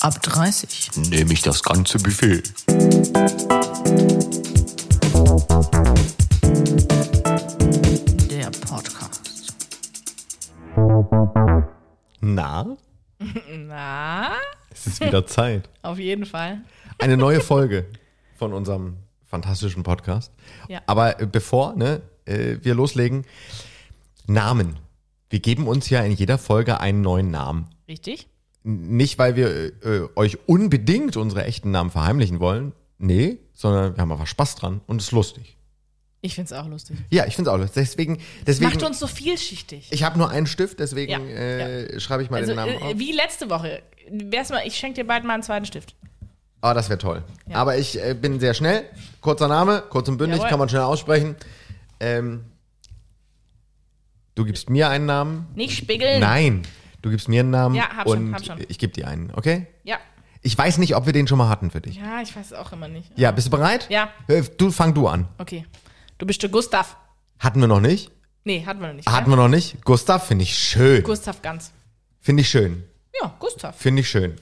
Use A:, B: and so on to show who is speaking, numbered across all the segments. A: Ab 30.
B: Nehme ich das ganze Buffet.
A: Der Podcast.
C: Na,
D: Na,
C: es ist wieder Zeit.
D: auf jeden Fall.
C: Eine neue Folge von unserem fantastischen Podcast.
D: Ja.
C: Aber äh, bevor ne, äh, wir loslegen, Namen. Wir geben uns ja in jeder Folge einen neuen Namen.
D: Richtig?
C: N- Nicht, weil wir äh, äh, euch unbedingt unsere echten Namen verheimlichen wollen. Nee, sondern wir haben einfach Spaß dran und es ist lustig.
D: Ich find's auch lustig.
C: Ja, ich finde es auch lustig. Deswegen, deswegen
D: Macht uns so vielschichtig.
C: ich habe nur einen Stift, deswegen
D: Ja,
C: äh, schreibe ich mal
D: also,
C: den Namen auf.
D: äh, wie letzte Woche. Wär's mal, ich schenke dir bald mal einen zweiten Stift.
C: Ah, das wäre toll.
D: Ja.
C: Aber ich äh, bin sehr schnell. Kurzer Name, kurz und bündig,
D: Jawohl.
C: kann man schnell aussprechen. Ähm, du gibst mir einen Namen?
D: Nicht spiegeln.
C: Nein, du gibst mir einen Namen.
D: Ja, hab
C: und
D: schon, hab schon.
C: Ich gebe dir einen, okay?
D: Ja.
C: Ich weiß nicht, ob wir den schon mal hatten für dich.
D: Ja, ich weiß es auch immer nicht.
C: Ja, bist du bereit?
D: Ja.
C: Äh, Du fang du an.
D: Okay. Du bist der Gustav.
C: Hatten wir noch nicht?
D: Nee, hatten wir noch nicht.
C: Hatten
D: ja?
C: wir noch nicht? Gustav finde ich schön.
D: Gustav Ganz.
C: Finde ich schön.
D: Ja, Gustav.
C: Finde ich schön.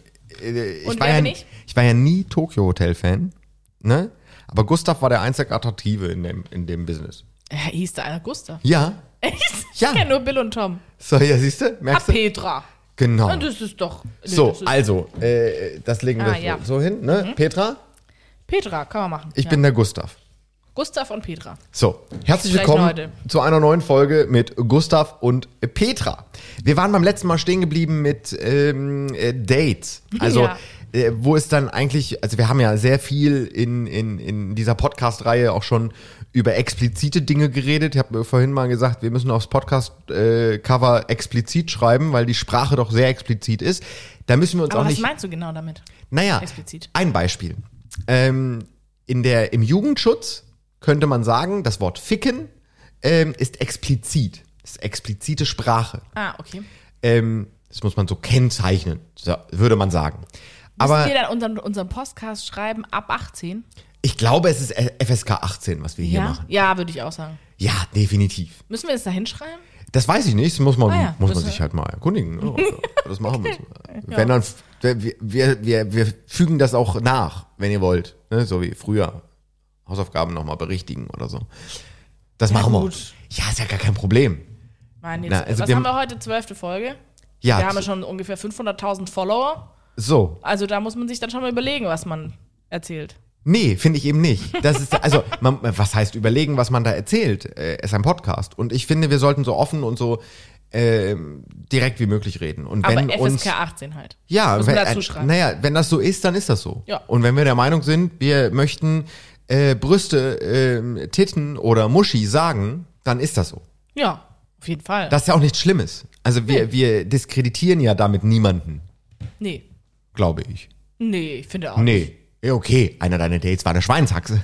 C: Äh, Ich
D: Und
C: war
D: wer
C: ja,
D: bin ich?
C: ich war ja nie Tokyo Hotel Fan, ne? Aber Gustav war der einzig Attraktive in dem, in dem Business.
D: Äh, hieß da einer Gustav?
C: Ja,
D: Echt? Ich
C: Ja.
D: kenn nur Bill und Tom.
C: So, ja, siehst du?
D: Ah,
C: Merkst du?
D: Petra.
C: Genau.
D: Und das ist doch. nee,
C: So,
D: Ah, das ist-
C: also, äh, das legen wir
D: Ah, ja.
C: so hin, ne? Petra,
D: Petra, kann man machen.
C: ich
D: ja.
C: bin der Gustav.
D: Gustav und Petra.
C: So, herzlich
D: Sprechen
C: willkommen
D: heute.
C: zu einer neuen Folge mit Gustav und Petra. Wir waren beim letzten Mal stehen geblieben mit ähm, äh, Dates. Also,
D: Ja.
C: äh, wo es dann eigentlich, also wir haben ja sehr viel in, in, in dieser Podcast-Reihe auch schon über explizite Dinge geredet. Ich habe vorhin mal gesagt, wir müssen aufs Podcast-Cover explizit schreiben, weil die Sprache doch sehr explizit ist. Da müssen wir uns
D: Aber
C: auch
D: was
C: nicht.
D: meinst du genau damit?
C: Naja,
D: Explizit.
C: ein Beispiel. Ähm, in der, Im Jugendschutz könnte man sagen, das Wort ficken ähm, ist explizit. Das ist explizite Sprache.
D: Ah, okay.
C: Ähm, das muss man so kennzeichnen, so, würde man sagen. Aber
D: Müssen wir dann unseren, unseren Podcast schreiben ab 18?
C: ich glaube, es ist FSK 18, was wir hier
D: Ja,
C: machen.
D: ja würde ich auch sagen.
C: Ja, definitiv.
D: Müssen wir das da hinschreiben?
C: Das weiß ich nicht, das muss man,
D: Ah ja,
C: muss man
D: das-
C: sich halt mal erkundigen. ne? Also, das machen wir so. Wenn dann, f- wir, wir, wir, wir fügen das auch nach, wenn ihr wollt. Ne? So wie früher. Hausaufgaben nochmal berichtigen oder so. Das machen
D: gut.
C: wir. Ja, ist ja gar kein Problem.
D: Nein, jetzt,
C: Na, also
D: was
C: wir
D: haben wir heute? Zwölfte Folge.
C: Ja,
D: wir haben ja schon ungefähr 500.000 Follower.
C: so.
D: Also da muss man sich dann schon mal überlegen, was man erzählt.
C: Nee, finde ich eben nicht. Das ist also, man, was heißt überlegen, was man da erzählt? Äh, ist ein Podcast und ich finde, wir sollten so offen und so ähm, direkt wie möglich reden. Und
D: Aber
C: wenn
D: FSK
C: uns
D: 18 halt.
C: ja,
D: Muss
C: wenn,
D: man dazu
C: äh,
D: schreiben.
C: naja, wenn das so ist, dann ist das so.
D: Ja.
C: Und wenn wir der Meinung sind, wir möchten äh, Brüste, ähm, Titten oder Muschi sagen, dann ist das so.
D: Ja, auf jeden Fall.
C: Das ist ja auch nichts Schlimmes. Also wir, wir diskreditieren ja damit niemanden,
D: nee.
C: glaube ich.
D: Nee, ich finde auch.
C: Nee. Ja, okay, einer deiner Dates war eine Schweinshaxe.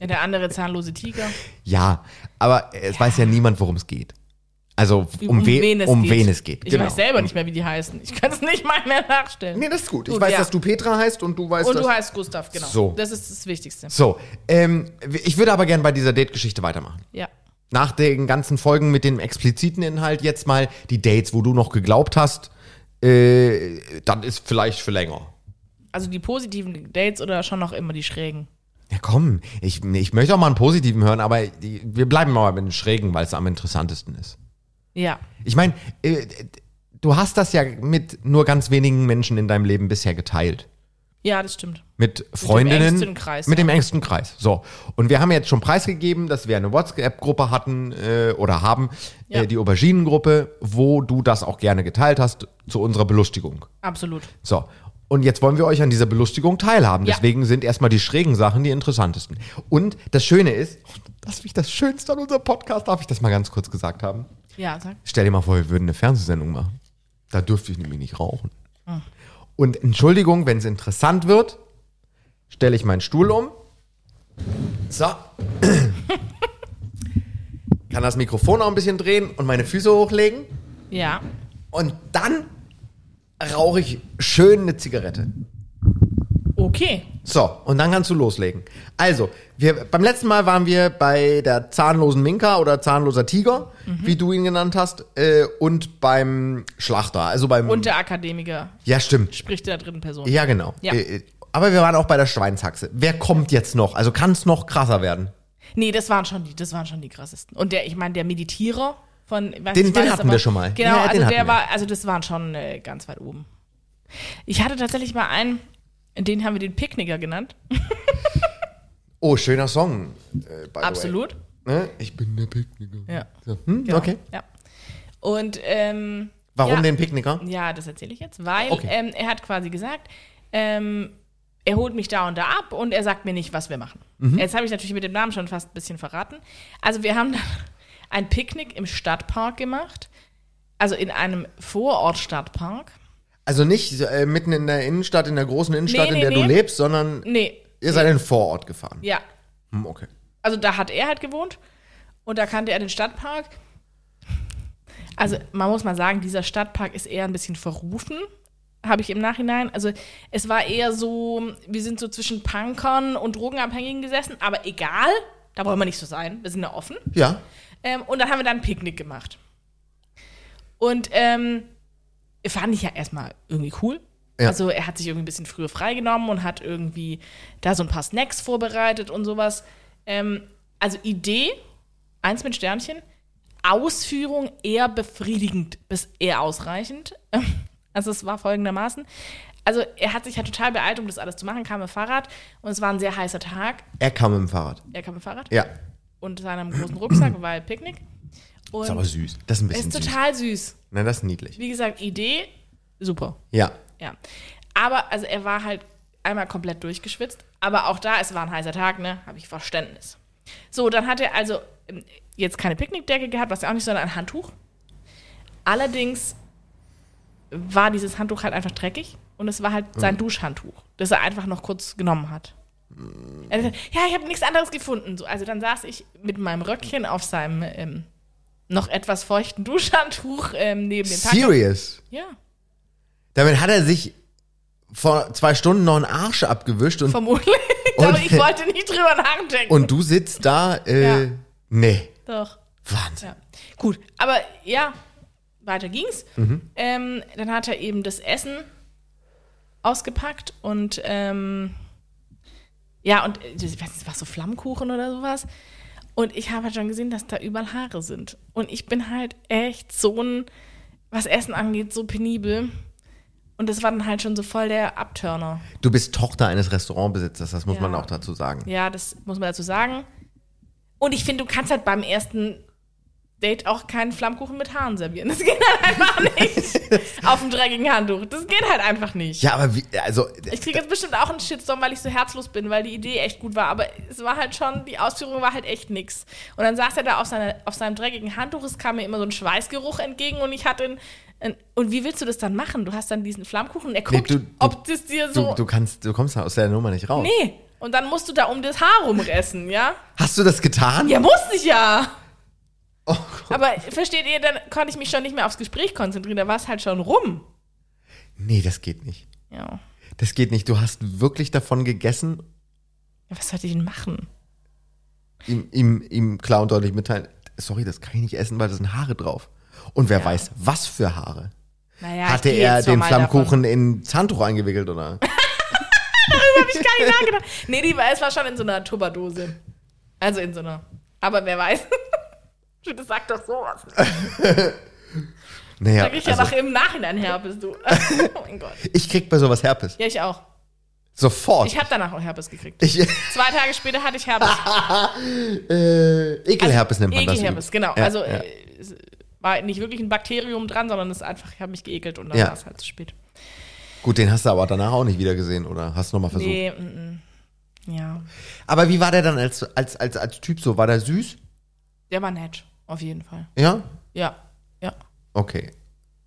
D: Ja, der andere zahnlose Tiger.
C: Ja, aber es weiß ja niemand, worum es geht. Also um, we um wen es geht. Um
D: Ich weiß selber nicht mehr, wie die heißen. Ich kann es nicht mal mehr nachstellen.
C: Nee, das ist gut. Ich
D: Gut,
C: weiß,
D: ja.
C: dass du Petra heißt und du weißt,
D: Und
C: dass
D: du heißt Gustav, genau.
C: So.
D: Das ist das Wichtigste.
C: So, ähm, ich würde aber gerne bei dieser Date-Geschichte weitermachen.
D: Ja.
C: Nach den ganzen Folgen mit dem expliziten Inhalt jetzt mal die Dates, wo du noch geglaubt hast, äh, dann ist vielleicht für länger.
D: Also die positiven Dates oder schon noch immer die schrägen?
C: Ja komm, ich, ich möchte auch mal einen positiven hören, aber die- wir bleiben mal bei den Schrägen, weil es am interessantesten ist.
D: Ja.
C: Ich meine, äh, du hast das ja mit nur ganz wenigen Menschen in deinem Leben bisher geteilt.
D: Ja, das stimmt.
C: Mit Freundinnen.
D: engsten Kreis,
C: Mit
D: ja.
C: dem engsten Kreis. So. Und wir haben jetzt schon preisgegeben, dass wir eine WhatsApp-Gruppe hatten äh, oder haben,
D: Ja.
C: äh, die Auberginengruppe, wo du das auch gerne geteilt hast, zu unserer Belustigung.
D: Absolut.
C: So. Und jetzt wollen wir euch an dieser Belustigung teilhaben.
D: Ja.
C: Deswegen sind erstmal die schrägen Sachen die interessantesten. Und das Schöne ist, das ist das Schönste an unserem Podcast, darf ich das mal ganz kurz gesagt haben?
D: Ja, sag.
C: Stell dir mal vor, wir würden eine Fernsehsendung machen. Da dürfte ich nämlich nicht rauchen. Und Entschuldigung, wenn es interessant wird, stelle ich meinen Stuhl um. So. Kann das Mikrofon auch ein bisschen drehen und meine Füße hochlegen.
D: Ja.
C: Und dann rauche ich schön eine Zigarette.
D: Okay.
C: So, und dann kannst du loslegen. Also, wir, beim letzten Mal waren wir bei der zahnlosen Minka oder zahnloser Tiger,
D: Mhm.
C: wie du ihn genannt hast, äh, und beim Schlachter, also beim...
D: Und der Akademiker
C: ja, stimmt.
D: spricht in der dritten Person.
C: Ja, genau.
D: Ja.
C: Äh, äh, aber wir waren auch bei der Schweinshaxe. Wer kommt jetzt noch? Also kann es noch krasser werden?
D: Nee, das waren schon die, das waren schon die krassesten. Und der, ich meine, der Meditierer von, ich weiß,
C: Den-
D: ich
C: den
D: weiß,
C: hatten
D: aber-
C: wir schon mal.
D: Genau,
C: Ja, ja, den
D: also
C: hatten
D: der
C: wir.
D: war, also das waren schon äh, ganz weit oben. Ich hatte tatsächlich mal einen, den haben wir den Picknicker genannt.
C: Oh, schöner Song. äh, by the
D: Absolut.
C: Way. Ne? Ich bin der Picknicker.
D: Ja.
C: So, hm?
D: Genau.
C: Okay.
D: Ja. Und ähm,
C: Warum
D: ja,
C: den Picknicker?
D: Ja, das erzähle ich jetzt, weil
C: Okay.
D: ähm, er hat quasi gesagt, ähm, er holt mich da und da ab und er sagt mir nicht, was wir machen. Jetzt habe ich natürlich mit dem Namen schon fast ein bisschen verraten. Also wir haben dann ein Picknick im Stadtpark gemacht, also in einem Vorort-Stadtpark.
C: Also nicht äh, mitten in der Innenstadt, in der großen Innenstadt,
D: Nee,
C: in der
D: nee,
C: du
D: nee.
C: lebst, sondern
D: Nee,
C: ihr seid in den Vorort gefahren.
D: ja,
C: Hm, okay.
D: also da hat er halt gewohnt und da kannte er den Stadtpark. Also man muss mal sagen, dieser Stadtpark ist eher ein bisschen verrufen, habe ich im Nachhinein. Also es war eher so, wir sind so zwischen Punkern und Drogenabhängigen gesessen, aber egal, da wollen wir nicht so sein, wir sind ja offen.
C: Ja.
D: Ähm, und dann haben wir dann ein Picknick gemacht. Und ähm, fand ich ja erstmal irgendwie cool.
C: Ja.
D: Also er hat sich irgendwie ein bisschen früher freigenommen und hat irgendwie da so ein paar Snacks vorbereitet und sowas. Ähm, also Idee, eins mit Sternchen, Ausführung eher befriedigend bis eher ausreichend. Also es war folgendermaßen. Also er hat sich ja total beeilt, um das alles zu machen, kam mit Fahrrad und es war ein sehr heißer Tag.
C: Er kam mit dem Fahrrad.
D: Er kam mit Fahrrad
C: Ja.
D: und seinem großen Rucksack, weil Picknick. Und
C: Ist aber süß. Das ist ein bisschen
D: ist
C: süß.
D: total süß.
C: Nein, das ist niedlich.
D: Wie gesagt, Idee, super.
C: Ja.
D: Ja. Aber, also er war halt einmal komplett durchgeschwitzt. Aber auch da, es war ein heißer Tag, ne? Habe ich Verständnis. So, dann hat er also ähm, jetzt keine Picknickdecke gehabt, was ja auch nicht, sondern ein Handtuch. Allerdings war dieses Handtuch halt einfach dreckig und es war halt sein Duschhandtuch, das er einfach noch kurz genommen hat. Er hat gesagt, ja, ich habe nichts anderes gefunden. So, also dann saß ich mit meinem Röckchen auf seinem ähm, noch etwas feuchten Duschhandtuch ähm, neben dem Tag.
C: Serious.
D: Ja,
C: Damit hat er sich vor zwei Stunden noch einen Arsch abgewischt und,
D: vermutlich.
C: Und-
D: Aber ich wollte nicht drüber nachdenken.
C: und du sitzt da. Äh,
D: Ja.
C: Nee.
D: Doch.
C: Wahnsinn.
D: Ja. Gut, aber ja, weiter ging's.
C: Mhm.
D: Ähm, dann hat er eben das Essen ausgepackt und ähm, ja, und äh, ich weiß nicht, es war so Flammkuchen oder sowas. Und ich habe halt schon gesehen, dass da überall Haare sind. Und ich bin halt echt so ein, was Essen angeht, so penibel. Und das war dann halt schon so voll der Abturner.
C: Du bist Tochter eines Restaurantbesitzers, das muss
D: Ja.
C: man auch dazu sagen.
D: Ja, das muss man dazu sagen. Und ich finde, du kannst halt beim ersten Date auch keinen Flammkuchen mit Haaren servieren. Das geht halt einfach nicht. Auf dem dreckigen Handtuch. Das geht halt einfach nicht.
C: Ja, aber wie, also,
D: Ich kriege jetzt bestimmt auch einen Shitstorm, weil ich so herzlos bin, weil die Idee echt gut war. Aber es war halt schon, die Ausführung war halt echt nix. Und dann saß er da auf, seiner, auf seinem dreckigen Handtuch. Es kam mir immer so ein Schweißgeruch entgegen und ich hatte einen, einen, Und wie willst du das dann machen? Du hast dann diesen Flammkuchen und er guckt,
C: du- du-
D: ob das dir so.
C: du, du kannst, du kommst aus der Nummer nicht raus.
D: nee. Und dann musst du da um das Haar rumressen, ja?
C: Hast du das getan?
D: Ja, musste ich ja.
C: Oh Gott.
D: Aber versteht ihr, dann konnte ich mich schon nicht mehr aufs Gespräch konzentrieren. Da war es halt schon rum.
C: Nee, das geht nicht.
D: Ja.
C: Das geht nicht. Du hast wirklich davon gegessen,
D: ja was sollte ich denn machen?
C: ihm, ihm, ihm klar und deutlich mitteilen, sorry, das kann ich nicht essen, weil da sind Haare drauf. Und wer weiß, was für Haare.
D: Naja,
C: Hatte
D: ich geh
C: er
D: jetzt zwar
C: den
D: mal
C: Flammkuchen in Zahntuch eingewickelt, oder?
D: Davon. Gar nicht nachgedacht. Nee, die war, es war schon in so einer Tupperdose. Also in so einer. Aber wer weiß. Das sagt doch sowas.
C: Naja,
D: Sag ich ja
C: also,
D: noch im Nachhinein Herpes, du. oh mein Gott.
C: ich krieg bei sowas Herpes.
D: Ja, ich auch.
C: Sofort.
D: Ich habe danach auch Herpes gekriegt.
C: Ich-
D: Zwei Tage später hatte ich Herpes. Also
C: äh, Ekelherpes nennt man das.
D: Ekelherpes,
C: übrigens.
D: genau.
C: Ja,
D: also
C: ja.
D: äh, es war nicht wirklich ein Bakterium dran, sondern es ist einfach, ich habe mich geekelt und dann
C: Ja.
D: war es halt zu spät.
C: Gut, den hast du aber danach auch nicht wieder gesehen, oder? Hast du nochmal versucht?
D: Nee, mm, mm. ja.
C: Aber wie war der dann als, als, als, als Typ so? War der süß?
D: Der war nett, auf jeden Fall.
C: Ja?
D: Ja, ja.
C: Okay.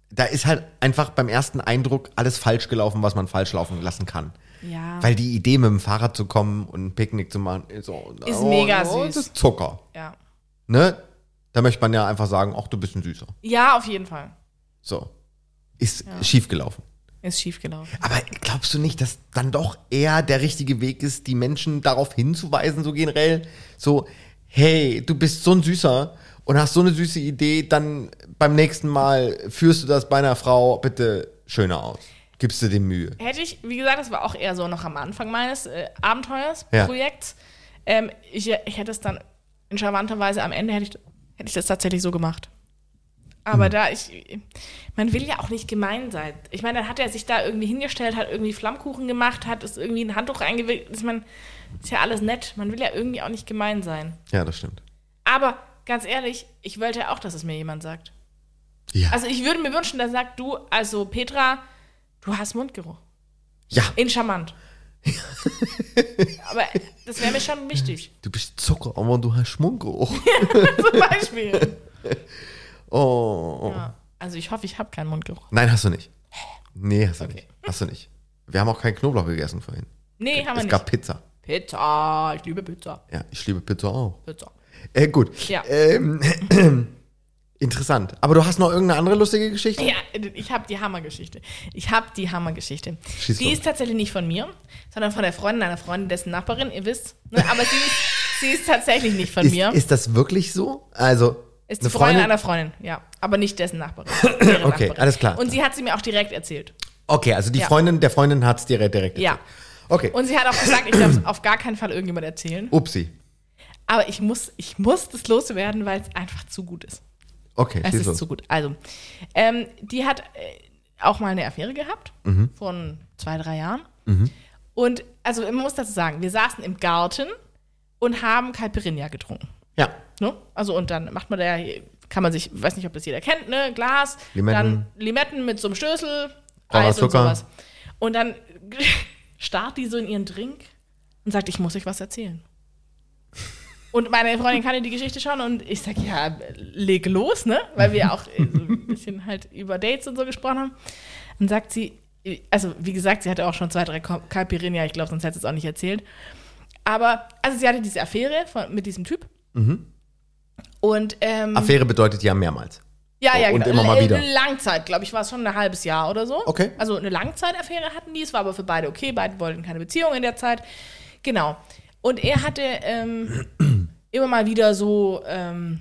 C: Da ist halt einfach beim ersten Eindruck alles falsch gelaufen, was man falsch laufen lassen kann.
D: Ja.
C: Weil die Idee, mit dem Fahrrad zu kommen und ein Picknick zu machen, ist, so, oh,
D: Ist mega
C: Das
D: süß.
C: ist Zucker.
D: ja.
C: Ne? Da möchte man ja einfach sagen, ach, du bist ein Süßer.
D: ja, auf jeden Fall.
C: So. Ist schief gelaufen.
D: Ist schief gelaufen.
C: Aber glaubst du nicht, dass dann doch eher der richtige Weg ist, die Menschen darauf hinzuweisen, so generell, so, hey, du bist so ein Süßer und hast so eine süße Idee, dann beim nächsten Mal führst du das bei einer Frau bitte schöner aus. Gibst du dir Mühe.
D: Hätte ich, wie gesagt, das war auch eher so noch am Anfang meines äh, Abenteuers,
C: Ja.
D: Projekts. Ähm, ich, ich hätte es dann in charmanter Weise am Ende hätte ich, hätte ich das tatsächlich so gemacht.
C: Mhm.
D: Aber da ich, man will ja auch nicht gemein sein. Ich meine, dann hat er sich da irgendwie hingestellt, hat irgendwie Flammkuchen gemacht, hat es irgendwie in ein Handtuch eingewickelt. Ich meine, ist ja alles nett. Man will ja irgendwie auch nicht gemein sein.
C: Ja, das stimmt.
D: Aber ganz ehrlich, ich wollte ja auch, dass es mir jemand sagt.
C: Ja.
D: Also ich würde mir wünschen, dass er sagt du, also Petra, du hast Mundgeruch.
C: ja,
D: In charmant. Aber das wäre mir schon wichtig.
C: du bist Zucker, aber du hast Schmunkgeruch.
D: Zum Beispiel.
C: Oh.
D: Ja. Also ich hoffe, ich habe keinen Mundgeruch.
C: Nein, hast du nicht. Nee, hast du nicht. Hast du nicht. Wir haben auch keinen Knoblauch gegessen vorhin.
D: Nee, haben wir
C: es
D: nicht.
C: gab Pizza.
D: Pizza. Ich liebe Pizza.
C: Ja, ich liebe Pizza auch.
D: Pizza.
C: Äh, gut.
D: Ja.
C: Ähm, interessant. Aber du hast noch irgendeine andere lustige Geschichte?
D: Ja, ich habe die Hammergeschichte. Ich habe die Hammergeschichte.
C: Schieß
D: Die
C: los.
D: ist tatsächlich nicht von mir, sondern von der Freundin einer Freundin, dessen Nachbarin, ihr wisst. Ne, Aber sie ist, sie ist tatsächlich nicht von
C: Ist,
D: mir.
C: ist das wirklich so? Also,
D: Ist die Freundin einer Freundin, ja. Aber nicht dessen Nachbarin. Ihre
C: Okay, alles klar.
D: Und sie hat sie mir auch direkt erzählt.
C: Okay, also die
D: Ja.
C: Freundin der Freundin hat es dir direkt erzählt.
D: Ja.
C: Okay.
D: Und sie hat auch gesagt, ich darf es auf gar keinen Fall irgendjemand erzählen.
C: Upsi.
D: Aber ich muss, ich muss das loswerden, weil es einfach zu gut ist.
C: Okay,
D: Es
C: schieß
D: ist
C: los.
D: zu gut. Also, ähm, die hat äh, auch mal eine Affäre gehabt
C: Mhm.
D: von zwei, drei Jahren. Und also man muss dazu sagen, wir saßen im Garten und haben Caipirinha getrunken.
C: Ja.
D: Ne? Also und dann macht man da, kann man sich, weiß nicht, ob das jeder kennt, ne? Glas,
C: Limetten.
D: dann Limetten mit so einem Stößel,
C: Brauner
D: Eis und
C: Zucker.
D: sowas. Und dann starrt die so in ihren Drink und sagt, ich muss euch was erzählen. Und meine Freundin kannte die Geschichte schon und ich sag, ja, leg los, ne? Weil wir auch äh, so ein bisschen halt über Dates und so gesprochen haben. Und sagt sie, äh, also wie gesagt, sie hatte auch schon zwei, drei Ko- Caipirinha, ich glaube, sonst hätte sie es auch nicht erzählt. Aber, also sie hatte diese Affäre von, mit diesem Typ.
C: Mhm.
D: Und, ähm,
C: Affäre bedeutet ja mehrmals.
D: ja, ja,
C: und immer mal
D: L-
C: wieder.
D: Langzeit, glaube ich, war es schon ein halbes Jahr oder so.
C: Okay.
D: Also eine Langzeitaffäre hatten die, es war aber für beide okay, beide wollten keine Beziehung in der Zeit. Genau. Und er hatte ähm, immer mal wieder so ähm,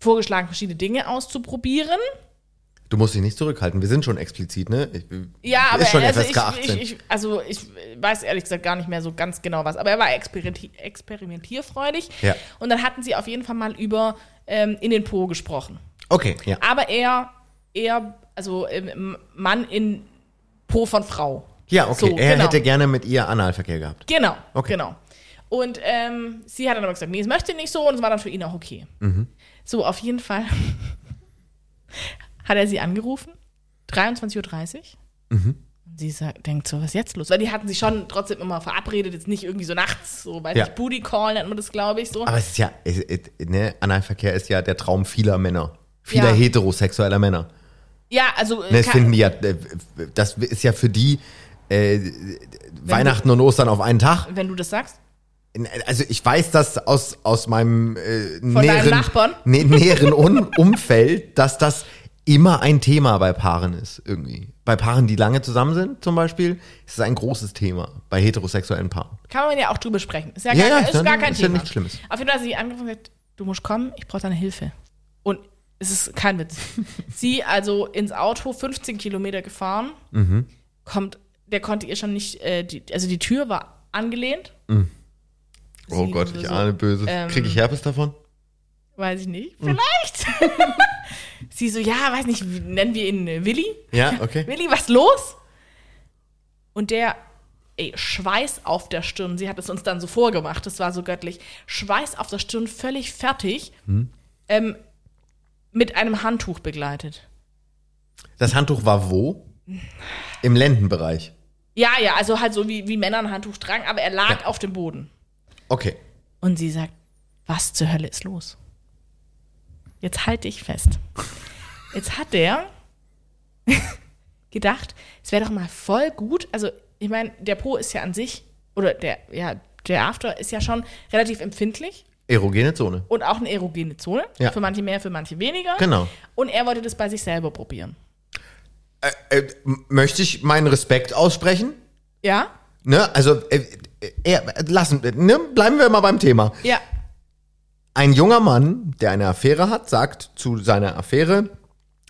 D: vorgeschlagen, verschiedene Dinge auszuprobieren.
C: Du musst dich nicht zurückhalten. Wir sind schon explizit, ne? Ich-
D: Ja, aber
C: ist schon
D: also,
C: FSK 18.
D: ich, ich, ich, also ich weiß ehrlich gesagt gar nicht mehr so ganz genau was, aber er war experimenti experimentierfreudig.
C: Ja.
D: Und dann hatten sie auf jeden Fall mal über ähm, in den Po gesprochen.
C: okay, ja.
D: Aber eher, eher, also ähm, Mann in Po von Frau.
C: Ja, okay.
D: So,
C: er
D: genau.
C: hätte gerne mit ihr Analverkehr gehabt.
D: Genau,
C: Okay.
D: genau. Und ähm, sie hat dann aber gesagt, nee, es möchte nicht so und es war dann für ihn auch okay.
C: Mhm.
D: So, auf jeden Fall hat er sie angerufen, 23.30 Uhr.
C: Mhm.
D: Und sie sagt, denkt so, was ist jetzt los? Weil die hatten sich schon trotzdem immer verabredet, jetzt nicht irgendwie so nachts, so, weiß
C: Ja. Ah.
D: nicht, Booty Call nennt man das, glaube ich, so.
C: Aber es ist ja, es, es, ne? Analverkehr ist ja der Traum vieler Männer. Vieler
D: Ja.
C: heterosexueller Männer.
D: ja, also. äh,
C: Ne, das
D: ka-
C: finden die ja, äh, das ist ja für die äh, Weihnachten und Ostern auf einen Tag.
D: wenn du das sagst.
C: Also ich weiß das aus, aus meinem äh,
D: deinen
C: näheren,
D: Nachbarn?
C: nä- näheren Un Umfeld, dass das immer ein Thema bei Paaren ist irgendwie. Bei Paaren, die lange zusammen sind zum Beispiel, ist es ein großes Thema bei heterosexuellen Paaren.
D: Kann man ja auch drüber sprechen. Ist ja,
C: Ja,
D: gar,
C: ja,
D: ist
C: dann
D: gar kein
C: ist ja
D: Thema.
C: nichts Schlimmes.
D: Auf jeden Fall hat sie angerufen und gesagt, du musst kommen, ich brauche deine Hilfe. Und es ist kein Witz. sie also ins Auto 15 Kilometer gefahren,
C: Mhm.
D: kommt, der konnte ihr schon nicht, äh, die, also die Tür war angelehnt,
C: Mhm. Oh
D: Sie-
C: Gott, ich
D: so-
C: ahne Mhm. Böses.
D: ähm,
C: Kriege ich Herpes davon?
D: weiß ich nicht, vielleicht. sie so, ja, weiß nicht, wie- nennen wir ihn äh, Willi?
C: Ja, okay.
D: Willi, was los? Und der, ey, Schweiß auf der Stirn, sie hat es uns dann so vorgemacht, das war so göttlich. Schweiß auf der Stirn, völlig fertig, ähm, mit einem Handtuch begleitet.
C: Das Handtuch war wo? Im Lendenbereich.
D: Ja, ja, also halt so wie, wie Männer ein Handtuch tragen, aber er lag
C: Ja.
D: auf dem Boden.
C: Okay.
D: Und sie sagt, was zur Hölle ist los? Jetzt halte ich fest. Jetzt hat der gedacht, es wäre doch mal voll gut. Also, ich meine, der Po ist ja an sich, oder der, ja, der After ist ja schon relativ empfindlich
C: Erogene Zone.
D: und auch eine erogene Zone.
C: Ja.
D: Für manche mehr, für manche weniger.
C: Genau.
D: Und er wollte das bei sich selber probieren.
C: äh, m- möchte ich meinen Respekt aussprechen?
D: Ja?
C: Ne? Also, äh, äh, lassen, ne? bleiben wir mal beim Thema.
D: Ja.
C: Ein junger Mann, der eine Affäre hat, sagt zu seiner Affäre,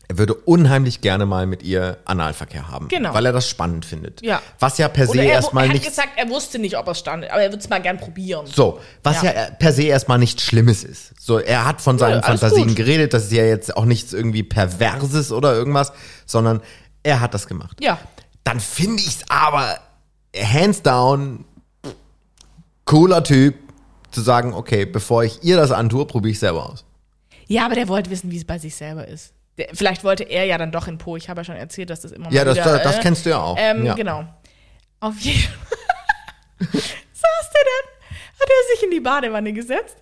C: er würde unheimlich gerne mal mit ihr Analverkehr haben.
D: Genau.
C: Weil er das spannend findet.
D: Ja.
C: Was ja per se
D: Oder er,
C: erstmal
D: er hat
C: nicht.
D: gesagt, er wusste nicht, ob er stand, aber er würde es mal gern probieren.
C: So, was ja.
D: Ja.
C: per se erstmal nichts Schlimmes ist. So, er hat von seinen
D: alles
C: Fantasien
D: gut.
C: geredet, das ist ja jetzt auch nichts irgendwie Perverses oder irgendwas, sondern er hat das gemacht.
D: Ja.
C: Dann finde ich es aber hands down cooler Typ, zu sagen, okay, bevor ich ihr das antue, probiere ich selber aus.
D: Ja, aber der wollte wissen, wie es bei sich selber ist. Der, vielleicht wollte er ja dann doch in Po. Ich habe ja schon erzählt, dass das immer mal
C: Ja, das,
D: wieder,
C: das, das
D: äh,
C: kennst du ja auch.
D: Ähm,
C: ja.
D: Genau. Auf jeden Fall. Saß der dann? Hat er sich in die Badewanne gesetzt?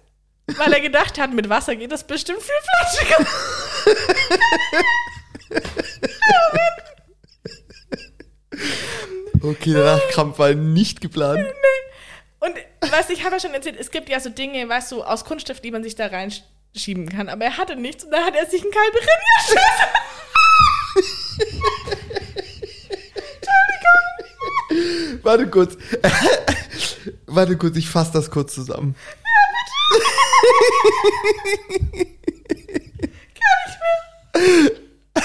D: Weil er gedacht hat, mit Wasser geht das bestimmt viel flatschiger.
C: Okay, der Nachtkrampf war nicht geplant.
D: Und weißt du, ich habe ja schon erzählt, es gibt ja so Dinge, weißt du, aus Kunststoff, die man sich da reinschieben kann. Aber er hatte nichts und da hat er sich einen Kalb drin geschissen.
C: Warte kurz. Warte kurz, ich fasse das kurz zusammen.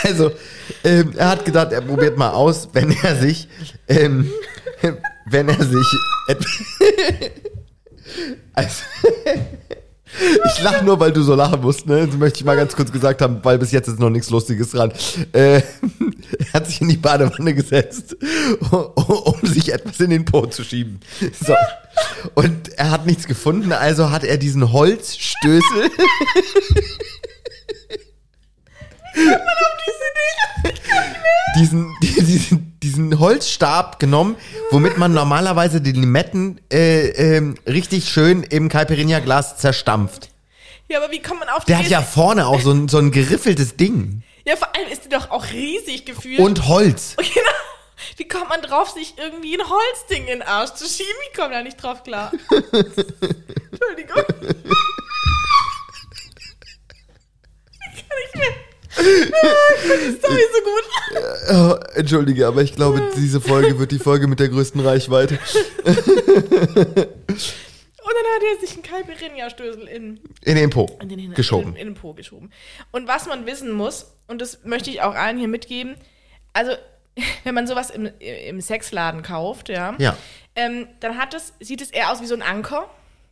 C: Also, ähm, er hat gedacht, er probiert mal aus, wenn er sich, ähm, wenn er sich, et- also, ich lache nur, weil du so lachen musst, ne? Das möchte ich mal ganz kurz gesagt haben, weil bis jetzt ist noch nichts Lustiges dran. Äh, er hat sich in die Badewanne gesetzt, um, um sich etwas in den Po zu schieben. So. Und er hat nichts gefunden, also hat er diesen Holzstößel diesen, diesen, diesen Holzstab genommen, womit man normalerweise die Limetten äh, ähm, richtig schön im Caipirinha-Glas zerstampft.
D: Ja, aber wie kommt man auf die
C: Der hat ja
D: Idee?
C: vorne auch so ein, so ein geriffeltes Ding.
D: ja, vor allem ist die doch auch riesig gefühlt.
C: Und Holz.
D: Genau. Wie kommt man drauf, sich irgendwie ein Holzding in den Arsch zu schieben? Ich komme da nicht drauf klar. Entschuldigung. Ich kann nicht mehr. Ah, Ich finde die Story so gut.
C: Oh, entschuldige, aber ich glaube,
D: Äh.
C: diese Folge wird die Folge mit der größten Reichweite.
D: Und dann hat er sich einen Kalberinja-Stößel in,
C: In den Po.
D: in, den Hin-
C: geschoben.
D: in, in den Po geschoben. Und was man wissen muss, und das möchte ich auch allen hier mitgeben, also wenn man sowas im, im Sexladen kauft, ja,
C: Ja.
D: Ähm, dann hat es, sieht es eher aus wie so ein Anker.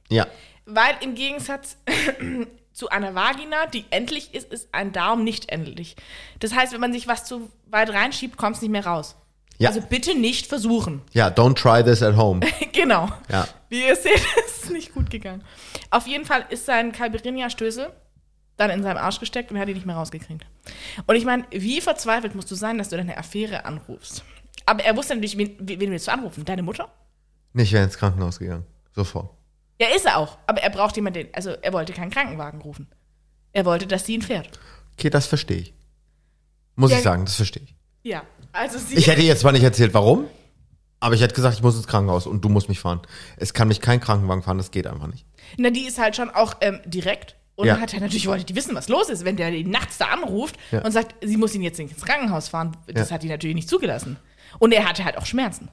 C: Ja.
D: Weil im Gegensatz zu einer Vagina, die endlich ist, ist ein Darm nicht endlich. Das heißt, wenn man sich was zu weit reinschiebt, kommt es nicht mehr raus.
C: Ja.
D: Also bitte nicht versuchen.
C: Ja, don't try this at home.
D: genau.
C: Ja.
D: Wie ihr seht, ist es nicht gut gegangen. Auf jeden Fall ist sein Calberinia-Stößel dann in seinem Arsch gesteckt und er hat ihn nicht mehr rausgekriegt. Und ich meine, wie verzweifelt musst du sein, dass du deine Affäre anrufst? Aber er wusste natürlich, wen, wen wir jetzt anrufen. Deine Mutter?
C: Nicht wäre ins Krankenhaus gegangen. Sofort.
D: Ja, ist er auch. Aber er braucht jemanden, den- also er wollte keinen Krankenwagen rufen. Er wollte, dass sie ihn fährt.
C: Okay, das verstehe ich. Muss
D: Ja.
C: ich sagen, das verstehe ich.
D: Ja, also sie.
C: Ich hätte jetzt zwar nicht erzählt, warum, aber ich hätte gesagt, ich muss ins Krankenhaus und du musst mich fahren. Es kann mich kein Krankenwagen fahren, das geht einfach nicht.
D: na, die ist halt schon auch ähm, direkt. Und
C: Ja.
D: hat ja natürlich wollte die wissen, was los ist, wenn der die nachts da anruft
C: Ja.
D: und sagt, sie muss ihn jetzt nicht ins Krankenhaus fahren. Das
C: Ja.
D: hat die natürlich nicht zugelassen. Und er hatte halt auch Schmerzen.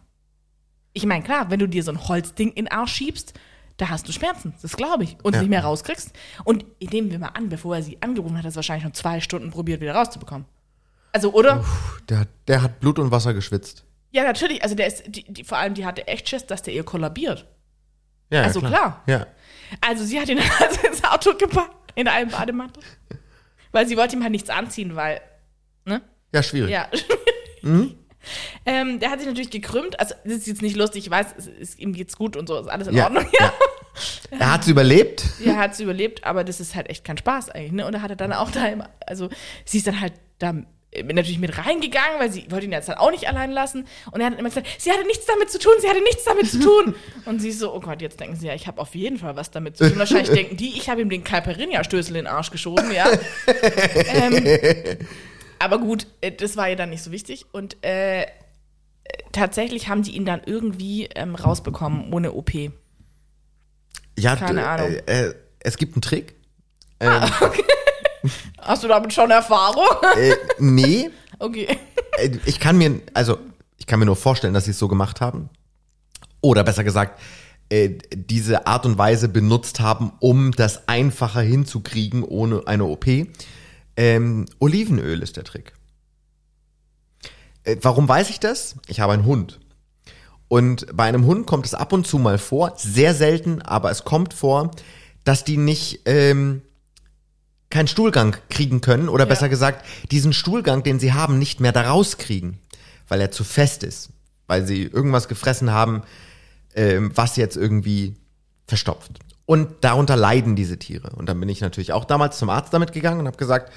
D: Ich meine, klar, wenn du dir so ein Holzding in den Arsch schiebst, da hast du Schmerzen, das glaube ich. Und
C: Ja.
D: nicht mehr rauskriegst. Und nehmen wir mal an, bevor er sie angerufen hat, hat er es wahrscheinlich schon zwei Stunden probiert, wieder rauszubekommen. Also, oder?
C: Puh, Der, hat- der hat Blut und Wasser geschwitzt.
D: Ja, natürlich. Also der ist, die, die, vor allem die hatte echt Schiss, dass der ihr kollabiert.
C: Ja, ja,
D: Also klar.
C: Ja.
D: Also sie hat ihn also ins Auto gepackt, in einem Bademantel. Weil sie wollte ihm halt nichts anziehen, weil, ne?
C: ja, schwierig.
D: Ja.
C: Hm?
D: ähm, der hat sich natürlich gekrümmt. Also das ist jetzt nicht lustig, ich weiß, es ist, ihm geht's gut und so, ist alles in
C: Ja,
D: Ordnung. Ja.
C: Er hat's überlebt.
D: ja, er hat's überlebt, aber das ist halt echt kein Spaß eigentlich, ne? Und er hat er dann auch da, im, also sie ist dann halt da äh, natürlich mit reingegangen, weil sie wollte ihn jetzt dann auch nicht allein lassen. Und er hat dann immer gesagt, sie hatte nichts damit zu tun, sie hatte nichts damit zu tun. Und sie so, oh Gott, jetzt denken sie ja, ich habe auf jeden Fall was damit zu tun. Wahrscheinlich denken die, ich habe ihm den Calperinia-Stößel in den Arsch geschoben, ja. ähm, aber gut, äh, das war ihr dann nicht so wichtig. Und äh, äh, tatsächlich haben die ihn dann irgendwie ähm, rausbekommen, ohne OP.
C: Ja,
D: Keine
C: d-
D: Ahnung.
C: Äh, äh, es gibt einen Trick.
D: Hast du damit schon Erfahrung?
C: Äh, nee,
D: Okay.
C: Äh, Ich kann mir, also, ich kann mir nur vorstellen, dass sie es so gemacht haben. Oder besser gesagt, äh, diese Art und Weise benutzt haben, um das einfacher hinzukriegen ohne eine OP. Ähm, Olivenöl ist der Trick. Äh, warum weiß ich das? Ich habe einen Hund. Und bei einem Hund kommt es ab und zu mal vor, sehr selten, aber es kommt vor, dass die nicht ähm, keinen Stuhlgang kriegen können oder besser gesagt, diesen Stuhlgang, den sie haben, nicht mehr daraus kriegen, weil er zu fest ist, weil sie irgendwas gefressen haben, ähm, was jetzt irgendwie verstopft. Und darunter leiden diese Tiere. Und dann bin ich natürlich auch damals zum Arzt damit gegangen und habe gesagt,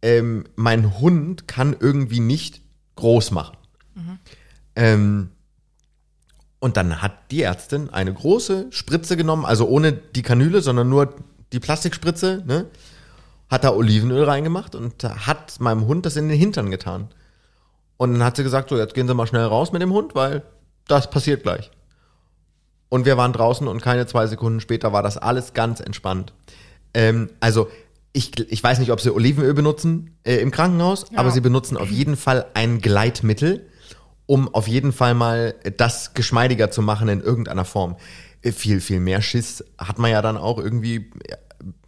C: ähm, mein Hund kann irgendwie nicht groß machen. Ähm, und dann hat die Ärztin eine große Spritze genommen, also ohne die Kanüle, sondern nur die Plastikspritze, ne? hat da Olivenöl reingemacht und hat meinem Hund das in den Hintern getan. Und dann hat sie gesagt, so, jetzt gehen Sie mal schnell raus mit dem Hund, weil das passiert gleich. Und wir waren draußen und keine zwei Sekunden später war das alles ganz entspannt. Ähm, also ich, gl- ich weiß nicht, ob sie Olivenöl benutzen äh, im Krankenhaus, aber sie benutzen auf jeden Fall ein Gleitmittel, um auf jeden Fall mal das geschmeidiger zu machen in irgendeiner Form. Äh, viel, viel mehr Schiss hat man ja dann auch irgendwie, äh,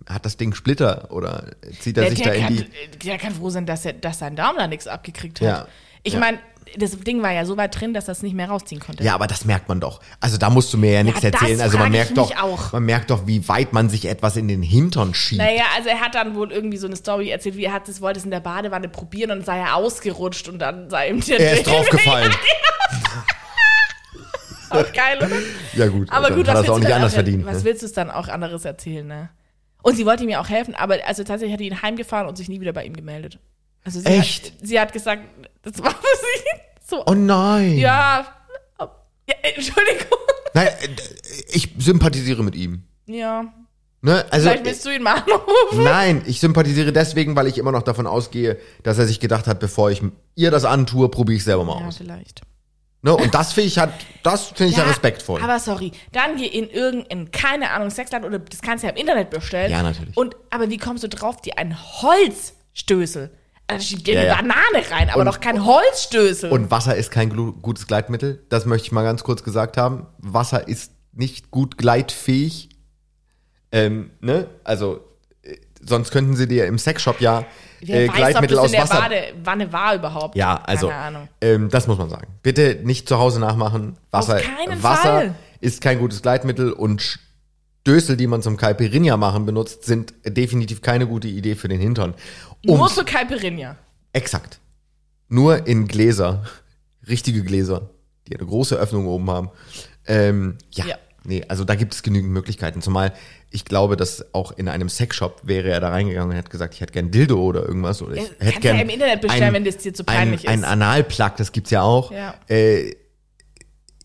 C: hat das Ding Splitter oder zieht er
D: Der,
C: sich da
D: der,
C: in
D: kann,
C: die...
D: der kann froh sein, dass, er, dass sein Daumen da nichts abgekriegt hat.
C: Ja.
D: Ich
C: Ja.
D: meine, das Ding war ja so weit drin, dass das nicht mehr rausziehen konnte.
C: Ja, aber das merkt man doch. Also da musst du mir ja nichts
D: das
C: erzählen. Also man
D: frag ich
C: merkt doch,
D: mich auch.
C: man merkt doch, wie weit man sich etwas in den Hintern schiebt.
D: Naja, also er hat dann wohl irgendwie so eine Story erzählt, wie er hat es wollte es in der Badewanne probieren und sei er ausgerutscht und dann sei ihm der
C: er ist draufgefallen.
D: Auch geil, oder?
C: Ja gut,
D: Aber
C: dann
D: gut,
C: hat
D: was
C: er es
D: willst,
C: auch
D: du
C: nicht
D: dann
C: anders
D: auch-
C: verdient.
D: was
C: ne?
D: willst du es dann auch anderes erzählen, ne? Und sie wollte ihm ja auch helfen, aber also tatsächlich hat die ihn heimgefahren und sich nie wieder bei ihm gemeldet. Also sie
C: Echt?
D: Hat, sie hat gesagt, das war für sie so.
C: Oh nein.
D: ja, ja, Entschuldigung.
C: Nein, äh, ich sympathisiere mit ihm.
D: Ja,
C: Ne? Also,
D: vielleicht willst du ihn mal anrufen.
C: Nein, ich sympathisiere deswegen, weil ich immer noch davon ausgehe, dass er sich gedacht hat, bevor ich ihr das antue, probiere ich selber mal
D: Ja,
C: aus.
D: vielleicht.
C: Ne? Und das finde ich, hat, das finde ich ja, respektvoll.
D: Aber sorry, dann geh in irgendein, keine Ahnung, Sexland oder das kannst du ja im Internet bestellen.
C: Ja, natürlich.
D: Und, aber wie kommst du drauf, dir einen Holzstößel? Also, da schiebt dir
C: Ja,
D: eine
C: ja.
D: Banane rein, aber
C: Und-
D: doch kein Holzstößel.
C: Und Wasser ist kein glu- gutes Gleitmittel. Das möchte ich mal ganz kurz gesagt haben. Wasser ist nicht gut gleitfähig. Ähm, ne? Also, äh, sonst könnten sie dir im Sexshop ja
D: Wer
C: äh,
D: weiß,
C: Gleitmittel
D: ob das
C: aus
D: in der
C: Wasser.
D: Badewanne war überhaupt.
C: Ja, also,
D: Keine Ahnung.
C: ähm, das muss man sagen. Bitte nicht zu Hause nachmachen. Wasser,
D: keinen
C: Wasser
D: Fall.
C: ist kein gutes Gleitmittel und Stößel, die man zum Caipirinha machen benutzt, sind definitiv keine gute Idee für den Hintern. Und,
D: Nur für Caipirinha.
C: exakt. Nur in Gläser. Richtige Gläser, die eine große Öffnung oben haben. Ähm, ja.
D: Ja.
C: Nee, also da gibt es genügend Möglichkeiten. Zumal ich glaube, dass auch in einem Sexshop wäre er da reingegangen und hätte gesagt, ich hätte gern Dildo oder irgendwas. Oder ich
D: Ja,
C: hätte
D: kannst
C: gern
D: ja im Internet bestellen,
C: ein-
D: wenn das dir zu
C: ein,
D: peinlich
C: ein
D: ist.
C: Analplug, das gibt's ja auch,
D: Ja.
C: äh,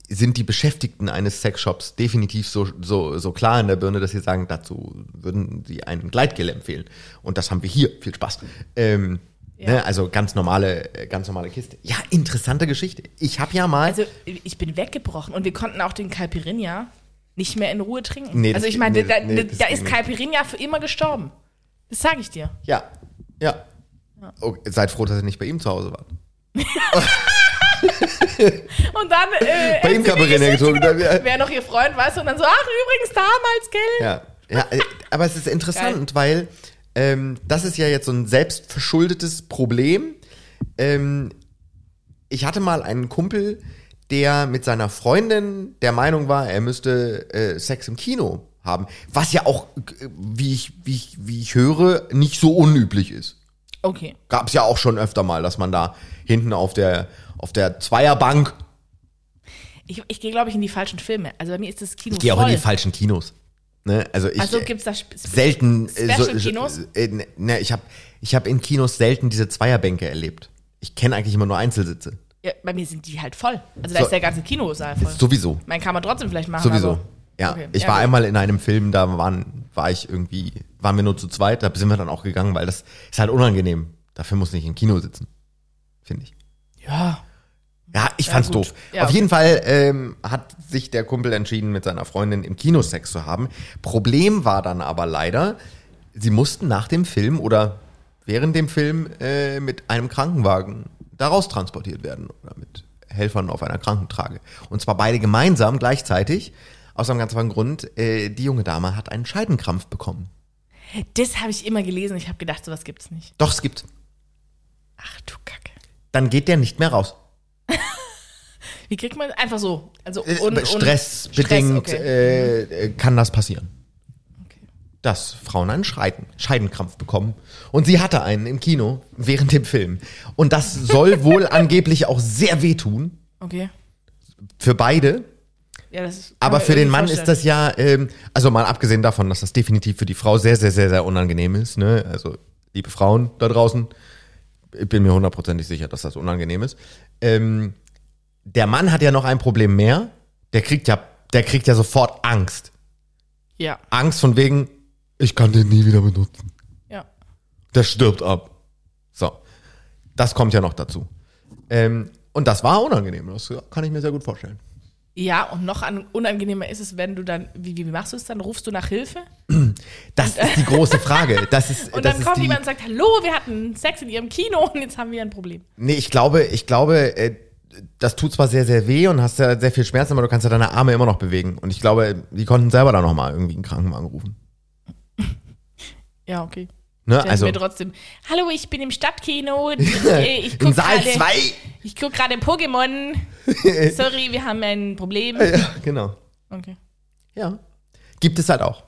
C: sind die Beschäftigten eines Sexshops definitiv so, so, so klar in der Birne, dass sie sagen, dazu würden sie ein Gleitgel empfehlen. Und das haben wir hier. Viel Spaß. Ähm, ne, also ganz normale, äh, ganz normale Kiste. Ja, interessante Geschichte. Ich habe ja mal.
D: Also, ich bin weggebrochen und wir konnten auch den Caipirinha nicht mehr in Ruhe trinken.
C: Nee, das
D: also, ich
C: geht-
D: meine,
C: nee,
D: da,
C: nee, das
D: da
C: geht
D: ist
C: nicht.
D: Caipirinha für immer gestorben. Das sage ich dir.
C: ja, ja. Oh, seid froh, dass ihr nicht bei ihm zu Hause wart.
D: Und dann äh,
C: Bei ihm Kabarett getrunken. ja.
D: wäre noch ihr Freund, weißt du, und dann so, ach, übrigens damals, gell?
C: Ja, ja äh, aber es ist interessant, weil ähm, das ist ja jetzt so ein selbstverschuldetes Problem. Ähm, ich hatte mal einen Kumpel, der mit seiner Freundin der Meinung war, er müsste äh, Sex im Kino haben, was ja auch, äh, wie ich, wie ich, wie ich höre, nicht so unüblich ist
D: Okay.
C: gab es ja auch schon öfter mal, dass man da hinten auf der auf der Zweierbank,
D: Ich, ich gehe, glaube ich, in die falschen Filme. Also, bei mir ist das Kino
C: ich gehe auch
D: voll.
C: in die falschen Kinos. Ne? Also ich
D: also, gibt es da Sp-
C: selten äh, so,
D: Special-Kinos?
C: äh, ne, ne, ich habe ich hab in Kinos selten diese Zweierbänke erlebt. Ich kenne eigentlich immer nur Einzelsitze.
D: ja, Bei mir sind die halt voll. Also, da
C: So.
D: ist der ganze Kinosaal voll.
C: Sowieso,
D: Man kann man trotzdem vielleicht machen.
C: sowieso.
D: Aber
C: ja,
D: Okay,
C: ich
D: ja,
C: war
D: gut.
C: einmal in einem Film, da waren war ich irgendwie waren wir nur zu zweit, da sind wir dann auch gegangen, weil das ist halt unangenehm. Dafür muss nicht im Kino sitzen, finde ich.
D: ja.
C: Ja, ich fand's
D: gut.
C: doof.
D: Ja,
C: Auf
D: okay.
C: jeden Fall ähm, hat sich der Kumpel entschieden, mit seiner Freundin im Kino Sex zu haben. Problem war dann aber leider, sie mussten nach dem Film oder während dem Film äh, mit einem Krankenwagen daraus transportiert werden oder mit Helfern auf einer Krankentrage. Und zwar beide gemeinsam gleichzeitig. Aus einem ganz einfachen Grund, äh, die junge Dame hat einen Scheidenkrampf bekommen.
D: Das habe ich immer gelesen. Ich habe gedacht, sowas gibt's nicht.
C: Doch, es gibt.
D: Ach du Kacke.
C: Dann geht der nicht mehr raus.
D: Wie kriegt man einfach so? Also
C: Äh,
D: un- un-
C: Stressbedingt
D: Stress, okay.
C: äh, äh, kann das passieren.
D: Okay.
C: dass Frauen einen Scheiden, Scheidenkrampf bekommen. Und sie hatte einen im Kino während dem Film. Und das soll wohl angeblich auch sehr wehtun
D: okay.
C: für beide.
D: Ja, das ist, kann
C: Aber
D: man
C: für den
D: irgendwie
C: Mann ist
D: vorstellen.
C: das ja, ähm, also mal abgesehen davon, dass das definitiv für die Frau sehr, sehr, sehr, sehr unangenehm ist. Ne? Also liebe Frauen da draußen, ich bin mir hundertprozentig sicher, dass das unangenehm ist. Ähm, der Mann hat ja noch ein Problem mehr. Der kriegt ja, der kriegt ja sofort Angst.
D: Ja,
C: Angst von wegen, ich kann den nie wieder benutzen.
D: ja.
C: der stirbt ab. So. Das kommt ja noch dazu. Ähm, und das war unangenehm. Das kann ich mir sehr gut vorstellen.
D: Ja, und noch an, unangenehmer ist es, wenn du dann, wie, wie machst du es dann? Rufst du nach Hilfe?
C: Das ist die große Frage. Das ist,
D: Und
C: das
D: dann
C: ist
D: kommt
C: die,
D: jemand und sagt, hallo, wir hatten Sex in ihrem Kino und jetzt haben wir ein Problem.
C: Nee, ich glaube, ich glaube, äh, das tut zwar sehr, sehr weh und hast ja sehr viel Schmerzen, aber du kannst ja deine Arme immer noch bewegen. Und ich glaube, die konnten selber da nochmal irgendwie einen Krankenwagen rufen.
D: Ja, okay.
C: Ne?
D: Dann also,
C: Also,
D: mir trotzdem, hallo, ich bin im Stadtkino. Ich, äh, ich
C: in
D: guck
C: Saal
D: gerade-
C: 2.
D: Ich guck gerade Pokémon. Sorry, wir haben ein Problem.
C: Ja, genau.
D: Okay.
C: Ja. Gibt es halt auch.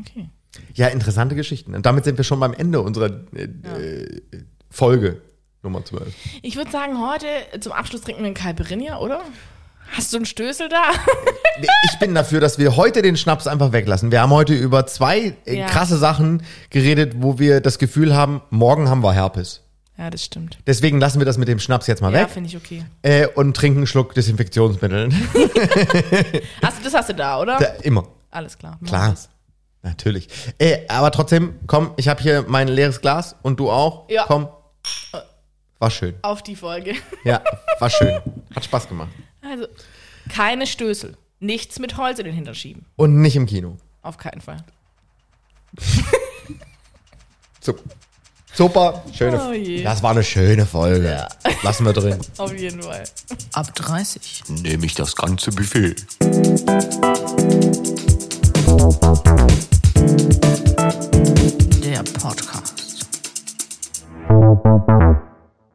D: Okay.
C: Ja, interessante Geschichten. Und damit sind wir schon beim Ende unserer äh, äh, Folge Nummer 12.
D: Ich würde sagen, heute zum Abschluss trinken wir einen Calperinia, oder? Hast du einen Stößel da?
C: Ich bin dafür, dass wir heute den Schnaps einfach weglassen. Wir haben heute über zwei äh,
D: Ja.
C: krasse Sachen geredet, wo wir das Gefühl haben, morgen haben wir Herpes.
D: Ja, das stimmt.
C: Deswegen lassen wir das mit dem Schnaps jetzt mal
D: Ja,
C: weg
D: finde ich okay.
C: äh, und trinken einen Schluck Desinfektionsmittel.
D: Hast, Also, das hast du da, oder?
C: Da, immer.
D: Alles klar. mach
C: Klar.
D: das.
C: Natürlich. Äh, aber trotzdem, komm, ich habe hier mein leeres Glas und du auch.
D: Ja.
C: Komm. War schön.
D: Auf die Folge.
C: Ja, war schön. Hat Spaß gemacht.
D: Also, keine Stößel. Nichts mit Holz in den Hintern schieben.
C: Und nicht im Kino.
D: Auf keinen Fall.
C: Super. Super. Schöne.
D: Oh je.
C: das war eine schöne Folge. Lassen wir drin.
D: Auf jeden Fall.
A: Ab 30.
B: Nehme ich das ganze Buffet.